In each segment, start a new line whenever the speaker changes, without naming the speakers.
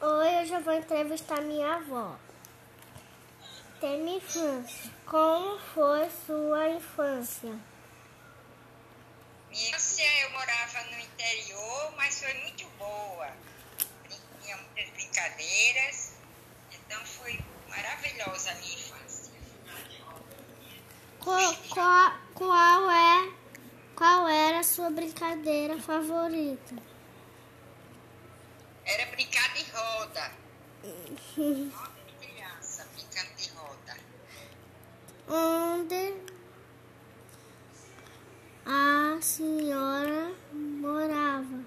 Hoje eu já vou entrevistar minha avó. Temi infância. Como foi sua infância?
Minha infância eu morava no interior, mas foi muito boa. Tinha muitas brincadeiras, então foi maravilhosa a minha infância.
Qual, qual, qual é qual era a sua brincadeira favorita?
Era brincar de roda. Nove criança brincando de roda.
Onde a senhora morava?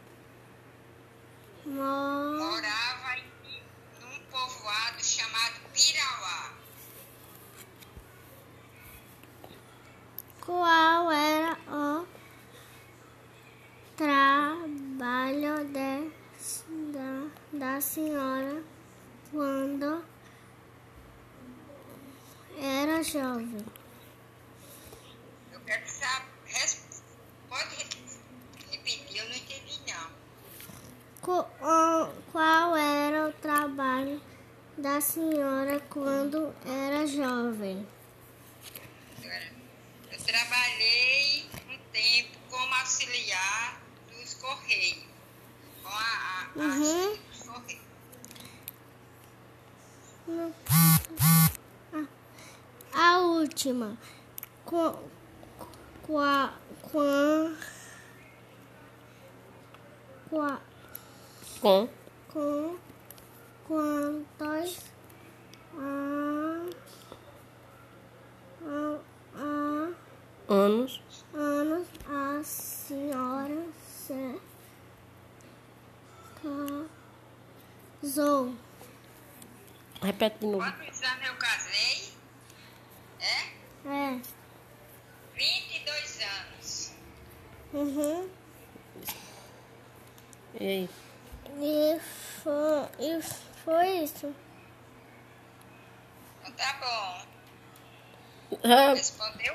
Mo-
Morava em, num povoado chamado Pirauá.
Qual era o trabalho de, da, da senhora quando era jovem?
Eu quero saber. res- Pode re- repetir, eu não entendi não.
Co- ah, Qual era o trabalho da senhora quando era jovem?
Eu, era- eu trabalhei um tempo como auxiliar dos Correios. Com a, a, a
Uhum.
dos Correios.
Não. Ah, A última. Qua, qua, qua, qua,
Com
com quantos a, a, a,
anos
anos a senhora se casou?
Repete de novo.
Quantos anos eu casei? É?
É.
22 anos.
Uhum.
E aí?
E foi, e foi isso.
Então tá bom.
Ah,
Respondeu?